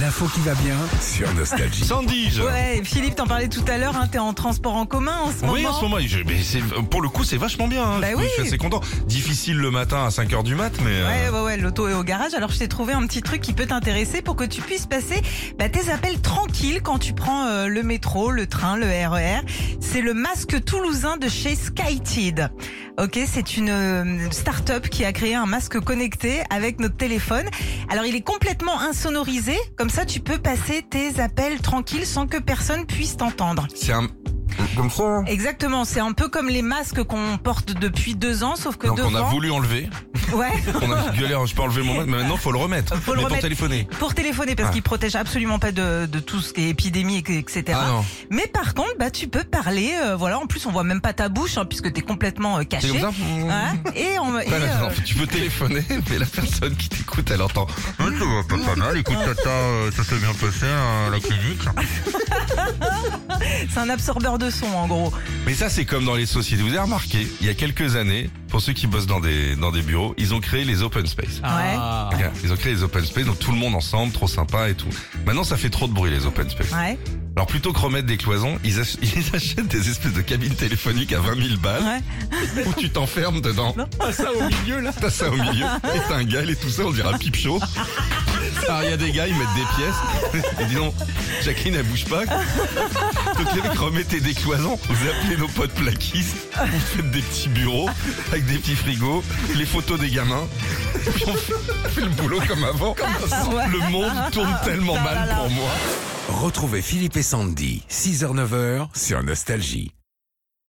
L'info qui va bien. sur Nostalgie. Sandige Ouais, et Philippe, t'en parlais tout à l'heure, hein, t'es en transport en commun en ce moment. Oui, en ce moment, je- mais c'est- pour le coup, c'est vachement bien. hein. Bah je, oui. je suis assez content. Difficile le matin à 5h du mat, mais. Ouais, euh, ouais, ouais, l'auto est au garage. Alors, je t'ai trouvé un petit truc qui peut t'intéresser pour que tu puisses passer bah, tes appels tranquilles quand tu prends euh, le métro, le train, le RER. C'est le masque toulousain de chez SkyTid. Ok, c'est une euh, start-up qui a créé un masque connecté avec notre téléphone. Alors, il est complètement insonorisé. Comme ça, tu peux passer tes appels tranquilles sans que personne puisse t'entendre. C'est un. Comme ça, hein Exactement, c'est un peu comme les masques qu'on porte depuis deux ans, sauf que Donc, on a devant- voulu enlever. Ouais. On a dit, galère, je peux enlever mon masque, mais maintenant, faut le remettre. Faut le mais pour remettre. téléphoner. pour téléphoner parce Ah. qu'il protège absolument pas de, de tout ce qui est épidémie, et- etc. Ah non. Mais par contre, bah tu peux parler. euh, voilà, en plus on voit même pas ta bouche hein, puisque t'es complètement euh, C'est caché. comme ça Voilà. Et on et, Ouais, mais euh, attends, Tu peux téléphoner, mais la personne qui t'écoute, elle entend. Ouais, ça va Ah, pas, pas mal. Écoute, tata, euh, ça s'est bien passé hein, à la clinique. c'est un absorbeur de son en gros. Mais ça, c'est comme dans les sociétés. Vous avez remarqué, il y a quelques années, pour ceux qui bossent dans des, dans des bureaux, ils ont créé les open space. Ah. Regarde, Ils ont créé les open space, donc tout le monde ensemble, trop sympa et tout. Maintenant, ça fait trop de bruit, les open space. Ouais, Alors, plutôt que remettre des cloisons, ils, ach- ils achètent des espèces de cabines téléphoniques à 20 000 balles ouais. où tu t'enfermes dedans. Ah, ça au milieu, là. T'as ça au milieu, et t'as un gars, et tout ça, on dirait un pipe show. Alors, il y a des gars, ils mettent des pièces. Et dis donc, Jacqueline, elle bouge pas. Donc, les mecs, remettez des cloisons. Vous appelez nos potes plaquistes. Vous faites des petits bureaux avec des petits frigos, les photos des gamins. Puis on fait le boulot comme avant. Le monde tourne tellement Ah là mal là. pour moi. Retrouvez Philippe et Sandy, 6h-9h sur Nostalgie.